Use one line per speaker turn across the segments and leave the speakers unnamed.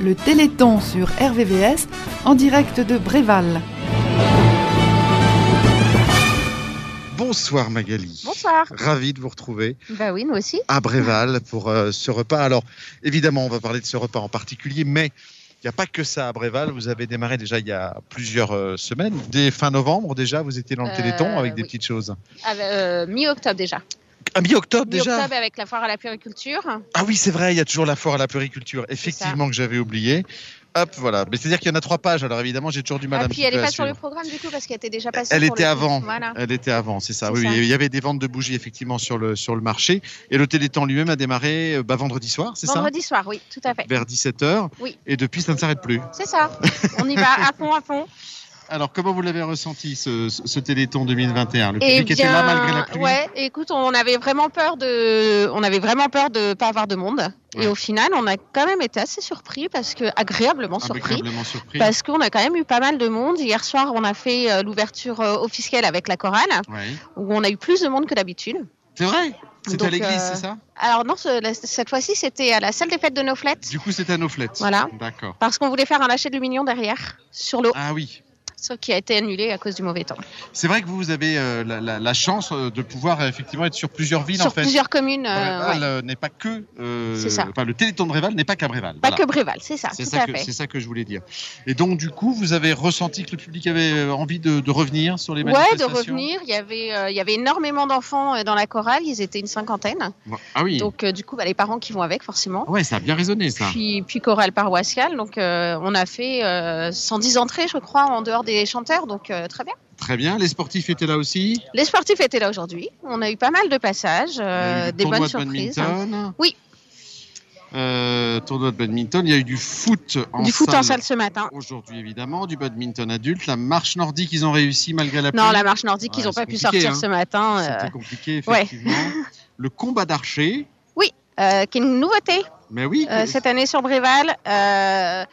le Téléthon sur RVVS en direct de Bréval.
Bonsoir Magali.
Bonsoir.
Ravi de vous retrouver
Bah oui, nous aussi.
à Bréval pour euh, ce repas. Alors, évidemment, on va parler de ce repas en particulier, mais il n'y a pas que ça à Bréval. Vous avez démarré déjà il y a plusieurs euh, semaines. Dès fin novembre, déjà, vous étiez dans le
Euh,
Téléthon avec des
oui.
petites choses.
Ah, euh, Mi-octobre déjà.
À mi-octobre déjà
Mi-octobre avec la foire à la puriculture.
Ah oui, c'est vrai, il y a toujours la foire à la puriculture. Effectivement, que j'avais oublié. Hop, voilà. Mais c'est-à-dire qu'il y en a trois pages. Alors, évidemment, j'ai toujours du mal
Ah,
à me
puis elle n'est pas sur le programme du tout parce qu'elle était déjà passée.
Elle
pour le
était
coup.
avant.
Voilà.
Elle était avant, c'est ça.
C'est
Oui,
ça.
oui, il y avait des ventes de bougies effectivement sur le sur le marché et le Téléthon lui-même a démarré euh, bah, vendredi soir, c'est ça
Vendredi soir, oui, tout à fait.
Vers 17h.
Oui.
Et depuis, ça ne s'arrête plus.
C'est ça. On y va à fond, à fond.
Alors, comment vous l'avez ressenti ce, ce- ce Téléthon 2021 Le
Et
public était là malgré la pluie.
Eh ouais, écoute, on avait vraiment peur de, on avait vraiment peur de pas avoir de monde.
Ouais.
Et au final, on a quand même été assez surpris parce que agréablement surpris.
Ah, Agréablement surpris.
Parce qu'on a quand même eu pas mal de monde. Hier soir, on a fait euh, l'ouverture euh, officielle avec la chorale,
Ouais.
où on a eu plus de monde que d'habitude.
C'est vrai. C'est à
Donc,
l'église,
euh,
c'est ça
Alors non, ce- la- cette fois-ci, c'était à la salle des fêtes de Noflette,
Du coup, c'est à Noflette.
Voilà.
D'accord.
parce qu'on voulait faire un lâcher de lumignon derrière, sur l'eau,
Ah oui.
sauf qui a été annulé à cause du mauvais temps.
C'est vrai que vous avez euh, la, la- la chance euh, de pouvoir euh, effectivement être sur plusieurs villes en
sur
fait.
plusieurs communes, euh,
Bréval
ouais.
euh, n'est pas que. euh,
C'est ça.
Enfin, le Téléthon de Bréval n'est pas qu'à Bréval.
pas
Voilà.
que Bréval, c'est ça,
C'est
tout
ça,
à
que-
fait.
c'est ça que je voulais dire. Et donc, du coup, vous avez ressenti que le public avait euh, envie de, de revenir sur les
Ouais, de
manifestations
revenir. Il y avait, euh, il y avait énormément d'enfants euh, dans la chorale. Ils étaient une cinquantaine.
Ah oui, Oh,
Donc, euh, du coup, bah, les parents qui vont avec, forcément.
Ah ouais, ça a bien résonné, ça.
Puis, puis chorale paroissiale. Donc, euh, on a fait euh, 110 entrées, je crois, en dehors des chanteurs. Donc, euh, très bien.
Très bien, les sportifs étaient là aussi.
Les sportifs étaient là aujourd'hui. On a eu pas mal de passages,
Il y a
euh,
eu
des
tournoi
bonnes
de
surprises.
badminton.
Oui.
Euh, tournoi de badminton, il y a eu du foot en
du foot
salle.
en salle ce matin.
Aujourd'hui, évidemment, du badminton adulte, la marche nordique, ils ont réussi malgré la pluie.
Non, la marche nordique,
Ouais,
ils n'ont
c'est
pas pu
compliqué,
sortir
hein.
ce matin,
C'était compliqué,
ouais.
effectivement. le combat d'archers,
euh, euh, qui est une nouveauté
mais oui,
euh,
que-
cette année sur Bréval. Euh,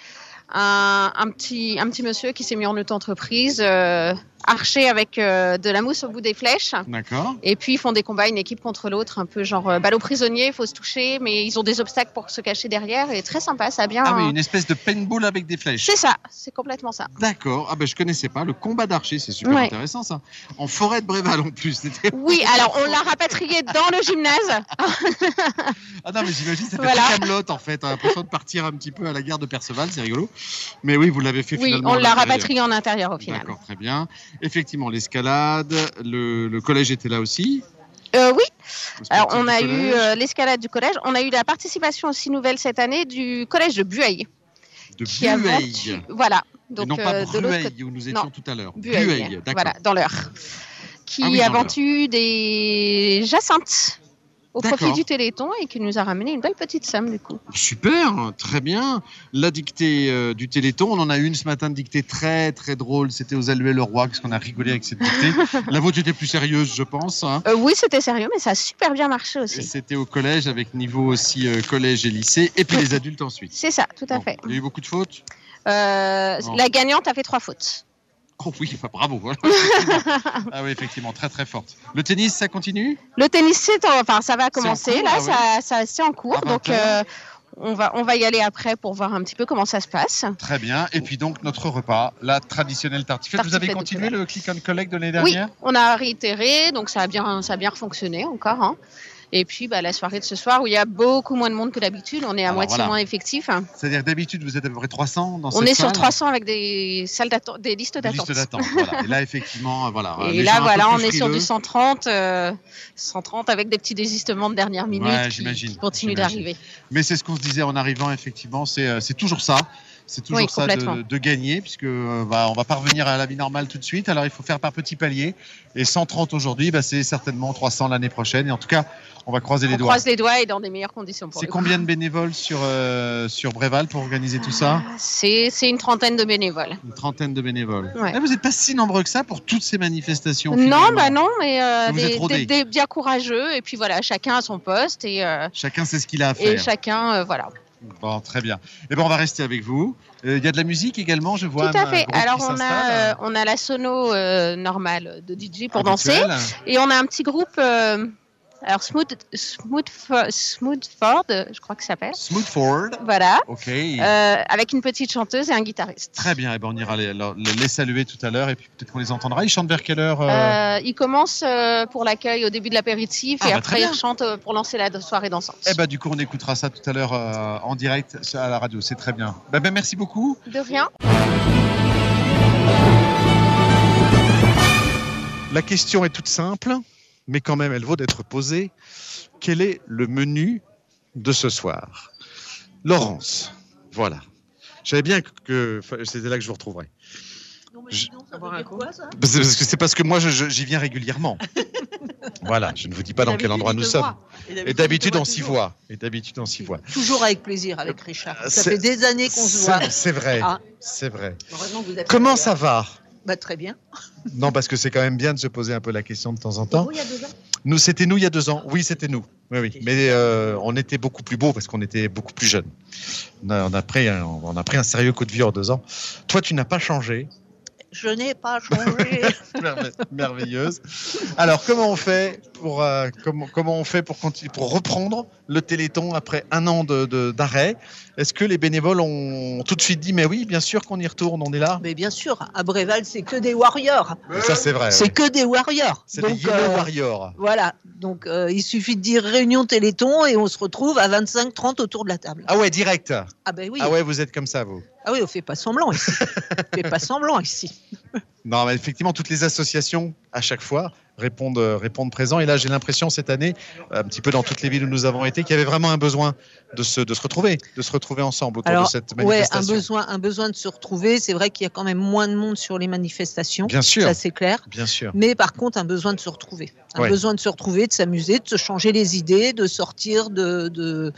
un, un petit, un petit monsieur qui s'est mis en auto-entreprise, euh, arché avec euh, de la mousse au bout des flèches.
D'accord.
Et puis ils font des combats, une équipe contre l'autre, un peu genre euh, balle aux prisonniers, il faut se toucher, mais ils ont des obstacles pour se cacher derrière. Et très sympa, ça a bien.
Ah oui, une espèce de paintball avec des flèches.
C'est ça, c'est complètement ça.
D'accord. Ah ben je connaissais pas le combat d'archers, c'est super
Ouais.
intéressant ça. En forêt de Bréval en plus. C'était...
Oui, alors on l'a rapatrié dans le gymnase.
Ah non mais j'imagine ça fait
Voilà.
Camelot en fait. On a l'impression de partir un petit peu à la gare de Perceval, c'est rigolo. Mais oui, vous l'avez fait
Oui,
finalement.
on
à
l'a
l'intérieur.
rapatrié en intérieur au final.
D'accord, très bien. Effectivement, l'escalade, le, le collège était là aussi.
Euh, oui,
le sportif
Alors, on
du
a eu
collège.
euh, l'escalade du collège. On a eu la participation aussi nouvelle cette année du collège de Bueil.
de
qui a
Bueil.
vendu- Voilà.
Et
Donc,
non pas
euh, de l'autre côté.
Brueil où nous étions
Non,
tout à l'heure.
Bueil.
d'accord.
Voilà, dans l'heure. Qui
Ah oui, dans
a vendu des jacinthes au profit
D'accord.
du Téléthon et qui nous a ramené une belle petite somme du coup.
Super, très bien. La dictée euh, du Téléthon, on en a eu une ce matin, de dictée très très drôle. C'était aux Alouettes le Roi, parce qu'on a rigolé avec cette dictée. La vôtre était plus sérieuse, je pense. hein.
Euh, oui, c'était sérieux, mais ça a super bien marché
Et
aussi.
C'était au collège, avec niveau aussi euh, collège et lycée, et puis les adultes ensuite.
C'est ça, tout à
Bon,
fait.
Il y a eu beaucoup de fautes.
Euh,
Bon.
la gagnante a fait trois fautes.
Oh oui, enfin, bravo. voilà, effectivement. ah oui, effectivement, très très forte. Le tennis, ça continue
Le tennis, c'est en- enfin, ça va commencer
cours,
là,
ah
ça, ça- c'est en cours.
Ah,
donc,
vingt-heures.
euh, on va, on va y aller après pour voir un petit peu comment ça se passe.
Très bien. Et puis donc notre repas, la traditionnelle tartiflette. Vous avez
Tartiflette
continué
de
le click and collect de l'année
Oui,
dernière
on a réitéré, donc ça a bien, ça a bien fonctionné encore. hein. Et puis bah, la soirée de ce soir où il y a beaucoup moins de monde que d'habitude, on est à
Alors,
moitié
Ah, bah, voilà.
moins effectif. hein.
C'est-à-dire d'habitude, vous êtes à peu près 300 dans
On
cette
est sur
salle.
300 avec des salles d'attente, des listes
Des
d'attente.
listes d'attente. voilà. Et là, effectivement, voilà.
Et
les gens
là
un
voilà,
peu
on
plus
est sur
frileux.
du 130, euh, 130 avec des petits désistements de dernière minute
Ouais,
qui,
j'imagine,
qui continuent
j'imagine.
d'arriver.
Mais c'est ce qu'on se disait en arrivant, effectivement, c'est euh, c'est toujours ça. C'est toujours
Oui,
ça de,
complètement.
de gagner, puisque euh, bah, on va pas revenir à la vie normale tout de suite. Alors il faut faire par petits paliers. Et 130 aujourd'hui, bah, c'est certainement 300 l'année prochaine. Et en tout cas, on va croiser les
On
doigts.
croise les doigts et dans des meilleures conditions pour
C'est
le
combien de bénévoles sur, euh, sur Bréval pour organiser tout ça
coup. C'est c'est une trentaine de bénévoles.
Une trentaine de bénévoles.
Ouais.
Là, vous n'êtes pas si nombreux que ça pour toutes ces manifestations.
Non,
finalement.
bah non, mais euh,
Vous vous êtes
des,
rodés.
des- des bien courageux. Et puis voilà, chacun à son poste et, euh,
Chacun sait ce qu'il a à
et
faire.
chacun, euh, voilà,
Bon, très bien. Eh ben, on va rester avec vous. Euh, Il y a de la musique également, je vois.
Tout à
un
fait.
groupe qui
Alors on
s'installe.
a, euh, on a la sono euh, normale de DJ pour danser
Habituel.
et on a un petit groupe euh, Alors, Smooth, Smooth, Smoothford, je crois que ça s'appelle.
Smoothford.
Voilà.
Ok.
Euh, avec une petite chanteuse et un guitariste.
Très bien. Et ben on ira les, leur- les saluer tout à l'heure et puis peut-être qu'on les entendra. Ils chantent vers quelle heure euh,
Euh, ils commencent euh, pour l'accueil au début de l'apéritif
Ah,
et
bah, très
après
bien.
ils chantent euh, pour lancer la do- soirée dansante.
Eh ben du coup on écoutera ça tout à l'heure euh, en direct à la radio. C'est très bien. Ben, ben, merci beaucoup.
De rien.
La question est toute simple, mais quand même, elle vaut d'être posée. Quel est le menu de ce soir Laurence, voilà. Je savais bien que que c'était là que je vous retrouverais.
Non, mais
Je-
dis donc, ça veut dire quoi, ça
Parce parce que c'est parce que moi, je- je- j'y viens régulièrement. voilà, je ne vous dis pas Bah, dans quel endroit nous sommes. Et d'habitude, on s'y voit. Et d'habitude, on s'y voit. Euh,
Toujours avec plaisir, avec Richard. Ça
C'est-
fait des années qu'on se voit.
C'est c'est vrai,
Ah.
c'est vrai.
Heureusement que vous êtes
Comment ça va
Bah, Très bien.
Non, parce que c'est quand même bien de se poser un peu la question de temps en temps.
Vous, il y a deux ans
Nous, c'était nous il y a deux ans. Oui, c'était nous. Oui, oui. Mais euh, on était beaucoup plus beaux parce qu'on était beaucoup plus jeunes. On a, on a pris un, on a pris un sérieux coup de vieux en deux ans. Toi, tu n'as pas changé.
Je n'ai pas changé.
Merve- Merveilleuse. Alors, comment on fait pour euh, comment, comment on fait pour continuer pour reprendre le Téléthon après un an de de- d'arrêt Est-ce que les bénévoles ont tout de suite dit mais oui, bien sûr qu'on y retourne, on est là
mais bien sûr, à Bréval, c'est que des warriors.
Ça, c'est vrai.
C'est
oui.
que des warriors.
Bah C'est des
Donc,
Yellow
euh,
Warriors.
Voilà, donc euh, il suffit de dire réunion Téléthon et on se retrouve à 25-30 autour de la table.
Ah ouais, direct.
Ah ben oui,
Ah ouais, vous êtes comme ça, vous.
Ah oui, on fait pas semblant ici. on fait pas semblant ici.
Non, mais effectivement, toutes les associations, à chaque fois, répondent, euh, répondent présents. Et là, j'ai l'impression, cette année, un petit peu dans toutes les villes où nous avons été, qu'il y avait vraiment un besoin de se, de se retrouver, de se retrouver ensemble autour
Alors,
de cette
Ouais, un
manifestation.
besoin, un besoin de se retrouver. C'est vrai qu'il y a quand même moins de monde sur les manifestations.
Bien sûr,
Ça c'est clair.
bien sûr.
Mais par contre, un besoin de se retrouver. Un
Ouais.
besoin de se retrouver, de s'amuser, de se changer les idées, de sortir de, de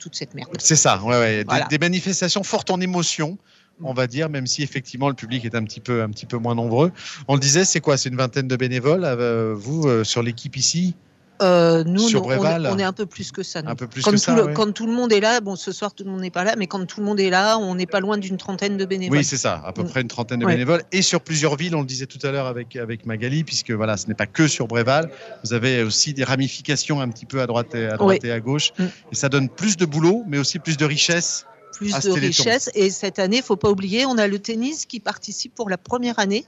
toute cette merde.
C'est ça, ouais, ouais. Des,
Voilà.
des manifestations fortes en émotion, on va dire, même si effectivement le public est un petit peu, un petit peu moins nombreux. On le disait, c'est quoi C'est une vingtaine de bénévoles, euh, vous, euh, sur l'équipe ici
Euh, nous,
Sur
non, on,
Bréval.
est- on est un peu plus que ça. nous.
Un peu plus
quand,
que
tout
ça
le,
ouais.
quand tout le monde est là, bon, ce soir tout le monde n'est pas là, mais quand tout le monde est là, on n'est pas loin d'une trentaine de bénévoles.
Oui, c'est ça, à peu
Mm.
près une trentaine de
Ouais.
bénévoles. Et sur plusieurs villes, on le disait tout à l'heure avec, avec Magali, puisque voilà, ce n'est pas que sur Bréval. Vous avez aussi des ramifications un petit peu à droite et à, droite et à gauche.
Mm.
Et ça donne plus de boulot, mais aussi plus de richesse.
plus
à ce
de
Téléthon.
richesse. Et cette année, faut pas oublier, on a le tennis qui participe pour la première année.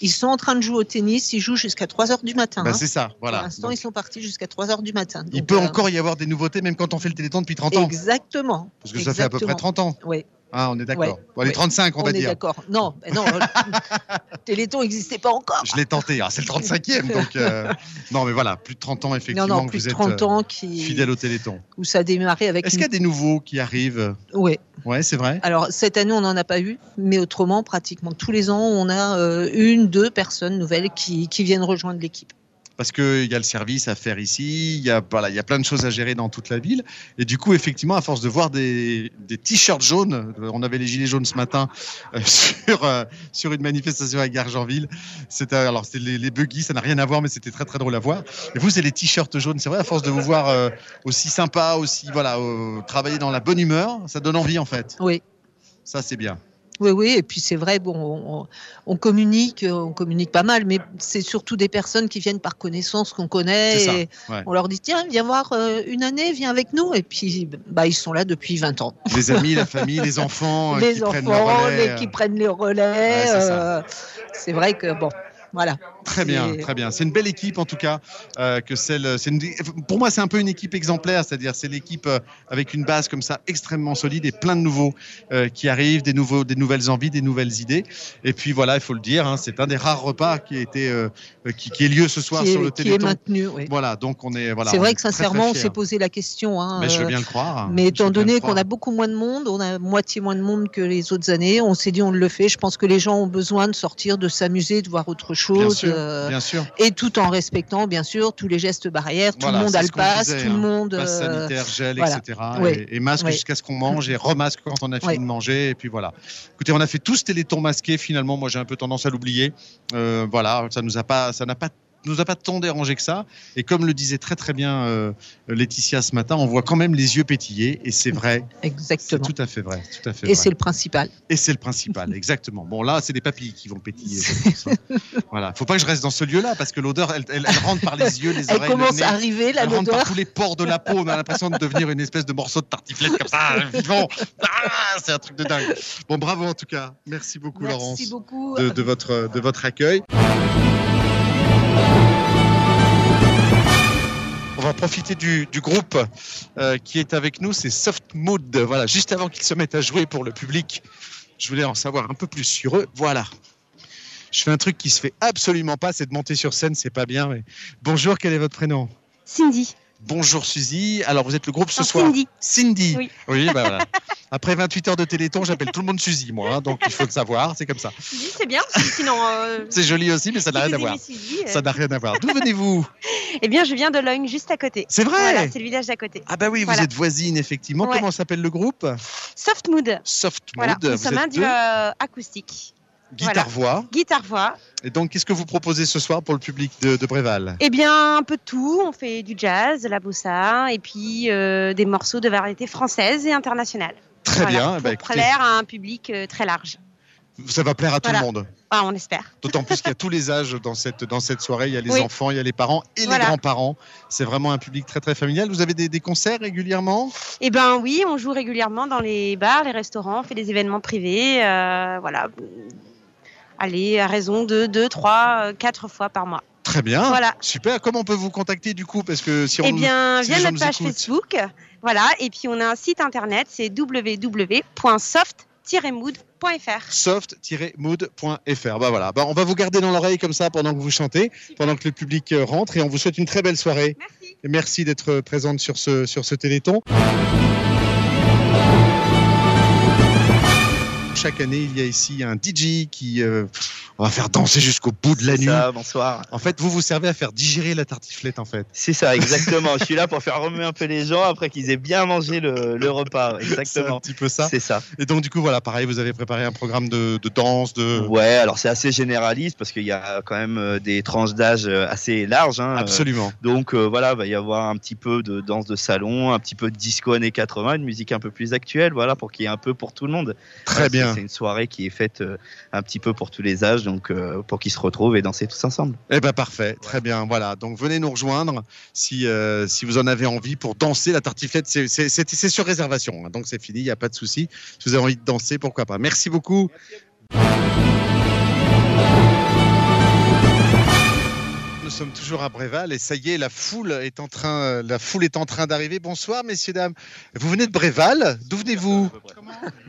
Ils sont en train de jouer au tennis, ils jouent jusqu'à 3 heures du matin.
Bah,
hein.
c'est ça,
Pour
voilà.
l'instant,
Donc,
ils sont partis jusqu'à 3 heures du matin.
il
Donc,
peut
euh,
encore y avoir des nouveautés, même quand on fait le téléthon depuis 30 ans.
Exactement.
Parce que ça fait à peu près 30 ans.
Oui.
Ah, on est d'accord.
Ouais.
Bon, les
Ouais.
35, on,
On,
va
est
dire.
d'accord. Non, ben non, le Téléthon n'existait pas encore.
Je l'ai tenté. Ah, c'est le 35e. donc, euh, non, mais voilà, plus de 30 ans, effectivement,
Non, non,
que
plus
vous
de
êtes
30
euh,
ans qui...
fidèle au téléthon.
où ça a démarré avec.
Est-ce qu'il y a des nouveaux qui arrivent
Oui.
Ouais, c'est vrai.
Alors, cette année, on n'en a pas eu, mais autrement, pratiquement tous les ans, on a euh, une, deux personnes nouvelles qui, qui viennent rejoindre l'équipe.
parce qu'il y a le service à faire ici, il y, a, voilà, il y a plein de choses à gérer dans toute la ville. Et du coup, effectivement, à force de voir des, des t-shirts jaunes, euh, on avait les gilets jaunes ce matin euh, sur, euh, sur une manifestation à Gargenville. C'était, alors, c'était les, les buggy, ça n'a rien à voir, mais c'était très, très drôle à voir. Et vous, c'est les t-shirts jaunes. C'est vrai, à force de vous voir euh, aussi sympa, aussi, voilà, euh, travailler dans la bonne humeur, ça donne envie, en fait.
Oui.
Ça, c'est bien.
Oui, oui, et puis c'est vrai, bon, on, on- on communique, euh, on communique pas mal, mais c'est surtout des personnes qui viennent par connaissance, qu'on connaît,
C'est ça,
et
ouais.
on leur dit tiens, viens voir euh, une année, viens avec nous, et puis bah ils sont là depuis 20 ans.
Les amis, la famille, les enfants, euh,
les
qui
enfants,
prennent le relais.
les-
euh.
qui prennent les relais,
Ouais, c'est ça.
euh, c'est vrai que bon, voilà.
Très bien,
C'est-
très bien. C'est une belle équipe en tout cas euh, que celle. c'est une- pour moi, c'est un peu une équipe exemplaire, c'est-à-dire c'est l'équipe euh, avec une base comme ça extrêmement solide et plein de nouveaux euh, qui arrivent, des nouveaux, des nouvelles envies, des nouvelles idées. Et puis voilà, il faut le dire, hein, c'est un des rares repas qui a été euh, qui, qui est lieu ce soir
qui,
sur
est,
le
qui est
Téléthon.
maintenu. oui.
Voilà, donc on est voilà.
c'est
on
vrai
est
que
très, très
sincèrement, on
fiers.
s'est posé la question. hein,
Mais je veux
euh,
bien le croire. hein.
Mais
Je
étant
veux bien le
donné
croire.
qu'on a beaucoup moins de monde, on a moitié moins de monde que les autres années, on s'est dit on le fait. Je pense que les gens ont besoin de sortir, de s'amuser, de voir autre
bien
chose.
sûr,
euh,
bien sûr,
et tout en respectant, bien sûr, tous les gestes barrières. Tout
Voilà,
le monde
c'est
a
ce
le
qu'on
pass,
disait,
tout le
hein.
monde.
passe
euh,
sanitaire, gel,
voilà.
etc.
Ouais.
Et, et masque
Ouais.
jusqu'à ce qu'on mange et remasque quand on a fini
Ouais.
de manger. Et puis voilà. Écoutez, on a fait tous téléthon masqué finalement. Moi, j'ai un peu tendance à l'oublier. Euh, voilà, ça nous a pas, ça n'a pas nous a pas tant dérangé que ça. Et comme le disait très très bien euh, Laetitia ce matin, on voit quand même les yeux pétiller. Et c'est vrai. C'est
Exactement.
tout à fait vrai. Tout à fait
Et
vrai.
c'est le principal.
Et c'est le principal, exactement. Bon, là, c'est des papilles qui vont pétiller. je pense, hein. voilà. Faut pas que je reste dans ce lieu-là parce que l'odeur, elle, elle- elle rentre par les yeux, les
Elle
oreilles, le
commence
nez.
à arriver, la
elle rentre par
l'odeur.
tous les pores de la peau. On a l'impression de devenir une espèce de morceau de tartiflette comme ça, vivant. Ah, c'est un truc de dingue. Bon, bravo en tout cas. Merci beaucoup, Laurence,
Merci beaucoup.
de- de votre, de votre accueil. On va profiter du, du groupe euh, qui est avec nous, c'est Soft Mood. Voilà, juste avant qu'ils se mettent à jouer pour le public, je voulais en savoir un peu plus sur eux. Voilà. Je fais un truc qui se fait absolument pas, c'est de monter sur scène, c'est pas bien. mais- Bonjour, quel est votre prénom
Cindy.
Bonjour Suzy. Alors vous êtes le groupe ce
Non,
soir.
Cindy.
Cindy.
Oui.
bah voilà. Après 28 heures de Téléthon, j'appelle tout le monde Suzy, moi. hein, donc il faut le savoir, c'est comme ça.
Oui, c'est bien, parce que sinon. euh,
C'est joli aussi, mais ça n'a
si
rien à
vous
voir.
aimez Sylvie, euh,
Ça n'a rien à voir. D'où venez-vous
Eh bien, je viens de Logne, juste à côté.
C'est vrai
Voilà, c'est le village d'à côté.
Ah bah oui, vous
Voilà.
êtes voisine effectivement.
Ouais.
Comment s'appelle le groupe
Soft Mood.
Soft Mood.
Voilà, nous
vous
sommes un
êtes
duo
deux,
euh, acoustique.
guitare voix.
Guitare-voix.
Et donc qu'est-ce que vous proposez ce soir pour le public de, de Bréval
Eh bien, un peu de tout. On fait du jazz, de la bossa, et puis euh, des morceaux de variété française et internationale.
Très
Voilà,
bien.
Pour
bah, écoutez,
plaire à un public euh, très large.
ça va plaire à tout
Voilà.
le monde.
Ah, on espère.
D'autant plus qu'il y a tous les âges dans cette, dans cette soirée. Il y a les
Oui.
enfants, il y a les parents et
Voilà.
les grands-parents. C'est vraiment un public très très familial. Vous avez des, des concerts régulièrement
Eh bien, oui, on joue régulièrement dans les bars, les restaurants, on fait des événements privés. euh, voilà. Allez, à raison de 2, 3, 4 fois par mois.
Très bien.
Voilà.
Super. Comment on peut vous contacter du coup Parce que si on...
Eh bien,
si
via
les gens
notre
nous
page
écoutent.
Facebook. Voilà. Et puis, on a un site internet, c'est www.soft-mood.fr.
soft-mood.fr. Bah voilà, bah, on va vous garder dans l'oreille comme ça pendant que vous chantez, pendant que le public euh, rentre et on vous souhaite une très belle soirée.
Merci.
Et merci d'être présente sur ce, sur ce Téléthon. Chaque année, il y a ici un DJ qui euh, on va faire danser jusqu'au bout de la
C'est
nuit.
ça, bonsoir.
En fait, vous vous servez à faire digérer la tartiflette en fait.
C'est ça, exactement. Je suis là pour faire remuer un peu les gens après qu'ils aient bien mangé le, le repas.
C'est un
Exactement.
petit peu ça.
C'est ça.
Et donc du coup, voilà, pareil, vous avez préparé un programme de, de danse, de
Ouais, alors c'est assez généraliste parce qu'il y a quand même euh, des tranches d'âge euh, assez larges. hein.
absolument.
Euh, Donc euh, voilà, va y avoir un petit peu de danse de salon, un petit peu de disco années 80, une musique un peu plus actuelle, voilà, pour qu'il y ait un peu pour tout le monde.
Très
Voilà, c'est-
bien.
C'est une soirée qui est faite euh, un petit peu pour tous les âges, donc euh, pour qu'ils se retrouvent et danser tous ensemble.
Eh ben parfait, très bien, voilà. Donc venez nous rejoindre si euh, si vous en avez envie pour danser la tartiflette. C'est c'est- c'est- c'est sur réservation, hein. donc c'est fini, il n'y a pas de souci. Si vous avez envie de danser, pourquoi pas. Merci beaucoup. Nous sommes toujours à Bréval et ça y est, la foule est en train, euh, la foule est en train d'arriver. Bonsoir, messieurs dames. Vous venez de Bréval D'où venez-vous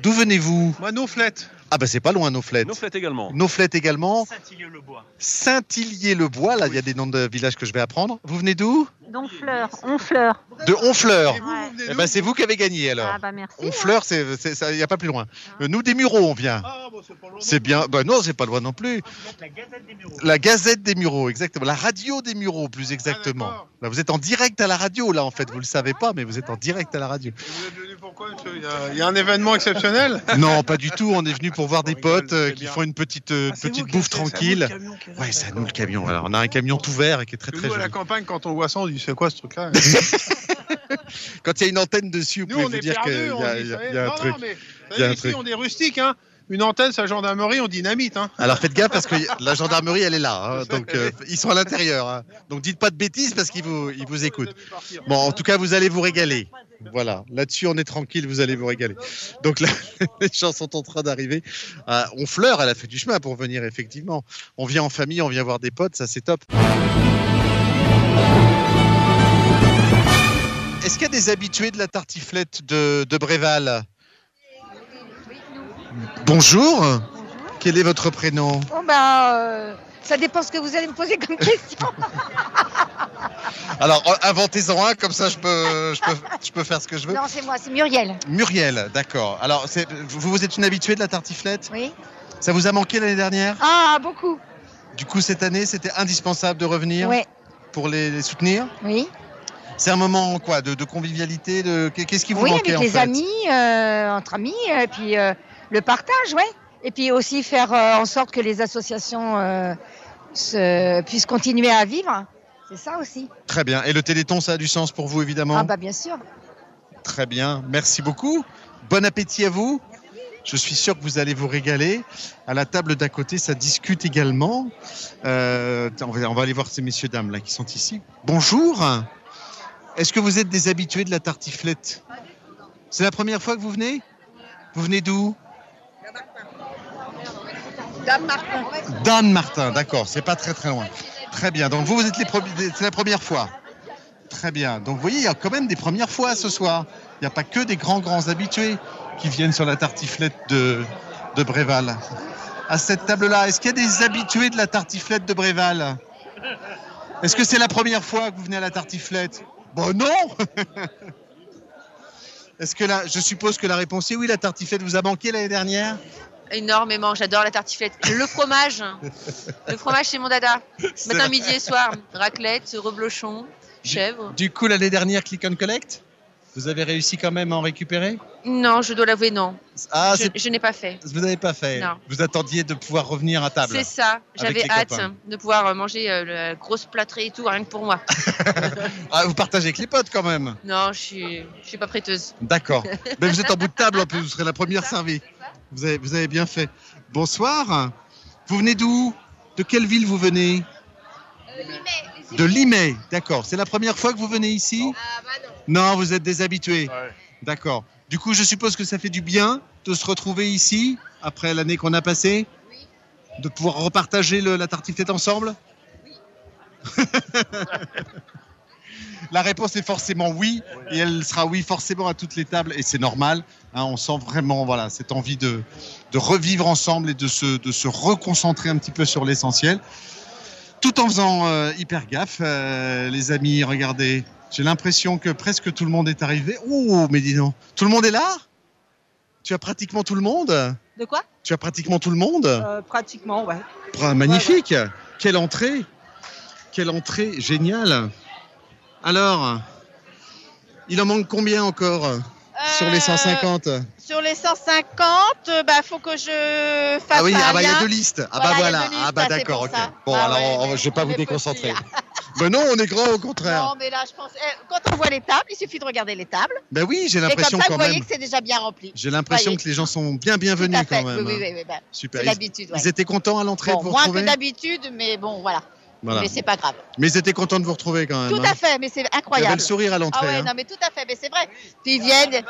D'où venez-vous
Moi, Noflette.
Ah ben c'est pas loin, Noflette.
Noflette également.
Noflette également.
Saint-Hilieu-le-Bois.
Saint-Hillier-le-Bois, là, il y a des noms de villages que je vais apprendre. Vous venez d'où
Donc fleur, on fleur.
De Honfleur.
Et vous, vous venez
Eh
d'où
ben, c'est vous qui avez gagné, alors.
Ah bah merci. Ah.
Honfleur, c'est- c'est- ça, il n'y a pas plus loin. Euh, Nous, des Mureaux, on vient.
Ah, bon, c'est pas loin. Ah,
C'est bien. Ben non, c'est pas loin non plus.
La Gazette des Bureaux.
La Gazette des Mureaux, exactement. La radio des Mureaux, plus exactement.
d'accord.
Là, vous êtes en direct à la radio, là, en fait. Vous le savez pas, mais vous êtes en direct à la radio.
Et Vous êtes venu pourquoi, monsieur il y, a, il y a un événement exceptionnel
Non, pas du tout. On est venu pour voir des
On rigole,
potes euh,
c'est
qui
bien.
font une petite, euh,
Ah, c'est
petite
vous qui
bouffe
achetez, c'est à vous
tranquille.
le camion qui est là,
Ouais, c'est à nous le
d'accord.
camion. Alors, on a un camion tout vert et qui est très,
Parce
très
que nous, à la
joli.
campagne, quand on voit ça, on dit c'est quoi ce truc-là
Quand il y a une antenne dessus, vous
Nous,
pouvez
on
vous
est
dire qu'il y
perdus. on
a,
dit,
il y a-
ça est.
il y a un
Non,
truc.
non, mais, vous
Il y a
savez,
un
ici,
truc.
on est rustiques. Hein. Une antenne, sa gendarmerie, on dynamite. Hein.
Alors faites gaffe parce que la gendarmerie elle est là, hein. donc euh, ils sont à l'intérieur. hein. Donc dites pas de bêtises parce qu'ils vous, ils vous écoutent. Bon, en tout cas vous allez vous régaler. Voilà, là-dessus on est tranquille, vous allez vous régaler. Donc là, les gens sont en train d'arriver. Euh, on fleure, elle a fait du chemin pour venir effectivement. On vient en famille, on vient voir des potes, ça c'est top. Est-ce qu'il y a des habitués de la tartiflette de, de Bréval Bonjour. Quel est votre prénom
Bon, bah, euh, ça dépend ce que vous allez me poser comme question.
Alors, euh, inventez-en un, comme ça je peux, je peux, je peux faire ce que je veux.
non, c'est moi, c'est Muriel.
Muriel, d'accord. Alors, c'est- vous, vous êtes une habituée de la tartiflette
Oui.
Ça vous a manqué l'année dernière
Ah, beaucoup.
Du coup, cette année, c'était indispensable de revenir
Ouais.
pour les, les soutenir
Oui.
C'est un moment quoi de, de convivialité de... qu'est- Qu'est-ce qui vous
Oui,
manquait
avec
en
les
fait
amis, euh, entre amis, et puis euh, le partage, ouais. Et puis aussi faire euh, en sorte que les associations euh, se- puissent continuer à vivre. C'est ça aussi.
Très bien. Et le Téléthon, ça a du sens pour vous, évidemment
Ah bah bien sûr.
Très bien, merci beaucoup. Bon appétit à vous. Je suis sûr que vous allez vous régaler. À la table d'à côté, ça discute également. Euh, on, va, on va aller voir ces messieurs dames là qui sont ici. Bonjour. Est-ce que vous êtes des habitués de la tartiflette C'est la première fois que vous venez Vous venez d'où Dan Martin, d'accord, c'est pas très très loin. Très bien, donc vous, vous êtes les premiers, c'est la première fois. Très bien, donc vous voyez, il y a quand même des premières fois ce soir. Il n'y a pas que des grands grands habitués qui viennent sur la tartiflette de, de Bréval. À cette table-là, est-ce qu'il y a des habitués de la tartiflette de Bréval Est-ce que c'est la première fois que vous venez à la tartiflette Bon, non Est-ce que là, je suppose que la réponse est oui, la tartiflette vous a manqué l'année dernière
Énormément, j'adore la tartiflette. Le fromage, le fromage c'est mon dada. Matin, midi et soir, raclette, reblochon, chèvre.
Du coup, l'année dernière, Click and Collect, vous avez réussi quand même à en récupérer
Non, je dois l'avouer, non.
Ah,
je
c'est-
je n'ai pas fait.
vous n'avez pas fait.
Non.
Vous attendiez de pouvoir revenir à table.
C'est ça, j'avais
les
hâte
copains.
de pouvoir manger euh, la grosse plâtrée et tout, rien que pour moi.
Ah, vous partagez avec les potes quand même.
Non, je suis, je suis pas prêteuse.
D'accord. Mais vous êtes en bout de table en plus, vous serez la première servie. Vous avez, vous avez bien fait. Bonsoir. Vous venez d'où De quelle ville vous venez De Limay. D'accord. C'est la première fois que vous venez ici non. vous êtes des habitués.
Ouais.
D'accord. Du coup, je suppose que ça fait du bien de se retrouver ici après l'année qu'on a passée De pouvoir repartager le- la tartiflette ensemble La réponse est forcément oui, et elle sera oui forcément à toutes les tables, et c'est normal. hein, on sent vraiment voilà, cette envie de, de revivre ensemble et de se, de se reconcentrer un petit peu sur l'essentiel. Tout en faisant euh, hyper gaffe, euh, les amis, regardez. J'ai l'impression que presque tout le monde est arrivé. Oh, mais dis donc, tout le monde est là Tu as pratiquement tout le monde
De quoi
Tu as pratiquement tout le monde
Euh,
pratiquement, ouais.
Bra- Magnifique Quelle entrée Quelle entrée géniale Alors, il en manque combien encore sur
Euh,
les 150
Sur les 150, euh, bah faut que je fasse
Ah oui,
un
ah bah, il y a
lien.
deux listes. Ah
Voilà,
bah
il y a
voilà.
deux listes,
ah bah
bah, c'est
d'accord,
pour
ok.
ça.
Bon,
Bah
alors
ouais,
on- on- je vais pas
on
vous
est
déconcentrer.
petits.
Mais non, on est grand au contraire.
Non, mais là, je pense. eh, Quand on voit les tables, il suffit de regarder les tables.
Ben oui, j'ai
Et comme ça,
l'impression
vous
quand
voyez
même.
que c'est déjà bien rempli.
J'ai l'impression
voyez.
que les gens sont bien
Tout à
bienvenus
fait.
quand même.
Oui, oui,
hein.
oui, oui, bah,
Super.
C'est
Ils-
l'habitude. ouais.
Ils étaient contents à l'entrée
Bon,
de vous
moins
retrouver.
que d'habitude, mais bon, voilà.
Voilà.
Mais c'est pas grave.
Mais ils étaient contents de vous retrouver quand même.
Tout
hein.
à fait, mais c'est
Il y
incroyable.
avait le sourire à l'entrée.
Ah ouais,
hein.
non, mais tout à fait, mais c'est vrai. Puis ils viennent.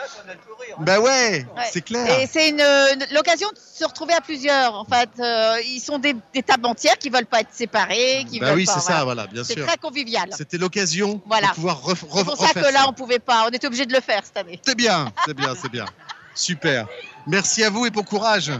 Ben ouais,
Ouais.
c'est clair.
Et c'est une, une- l'occasion de se retrouver à plusieurs. En fait, Euh, ils sont des, des tables entières qui veulent pas être séparées. Qui
Bah
veulent
oui,
pas-
c'est ça, voilà, bien
C'est
sûr.
très convivial. C'est
C'était l'occasion
Voilà.
de pouvoir ref- ref-
pour ça
refaire
que là,
ça.
on pouvait pas. On était obligé de le faire cette année.
C'est bien, c'est bien, c'est bien. Super. Merci à vous et bon courage.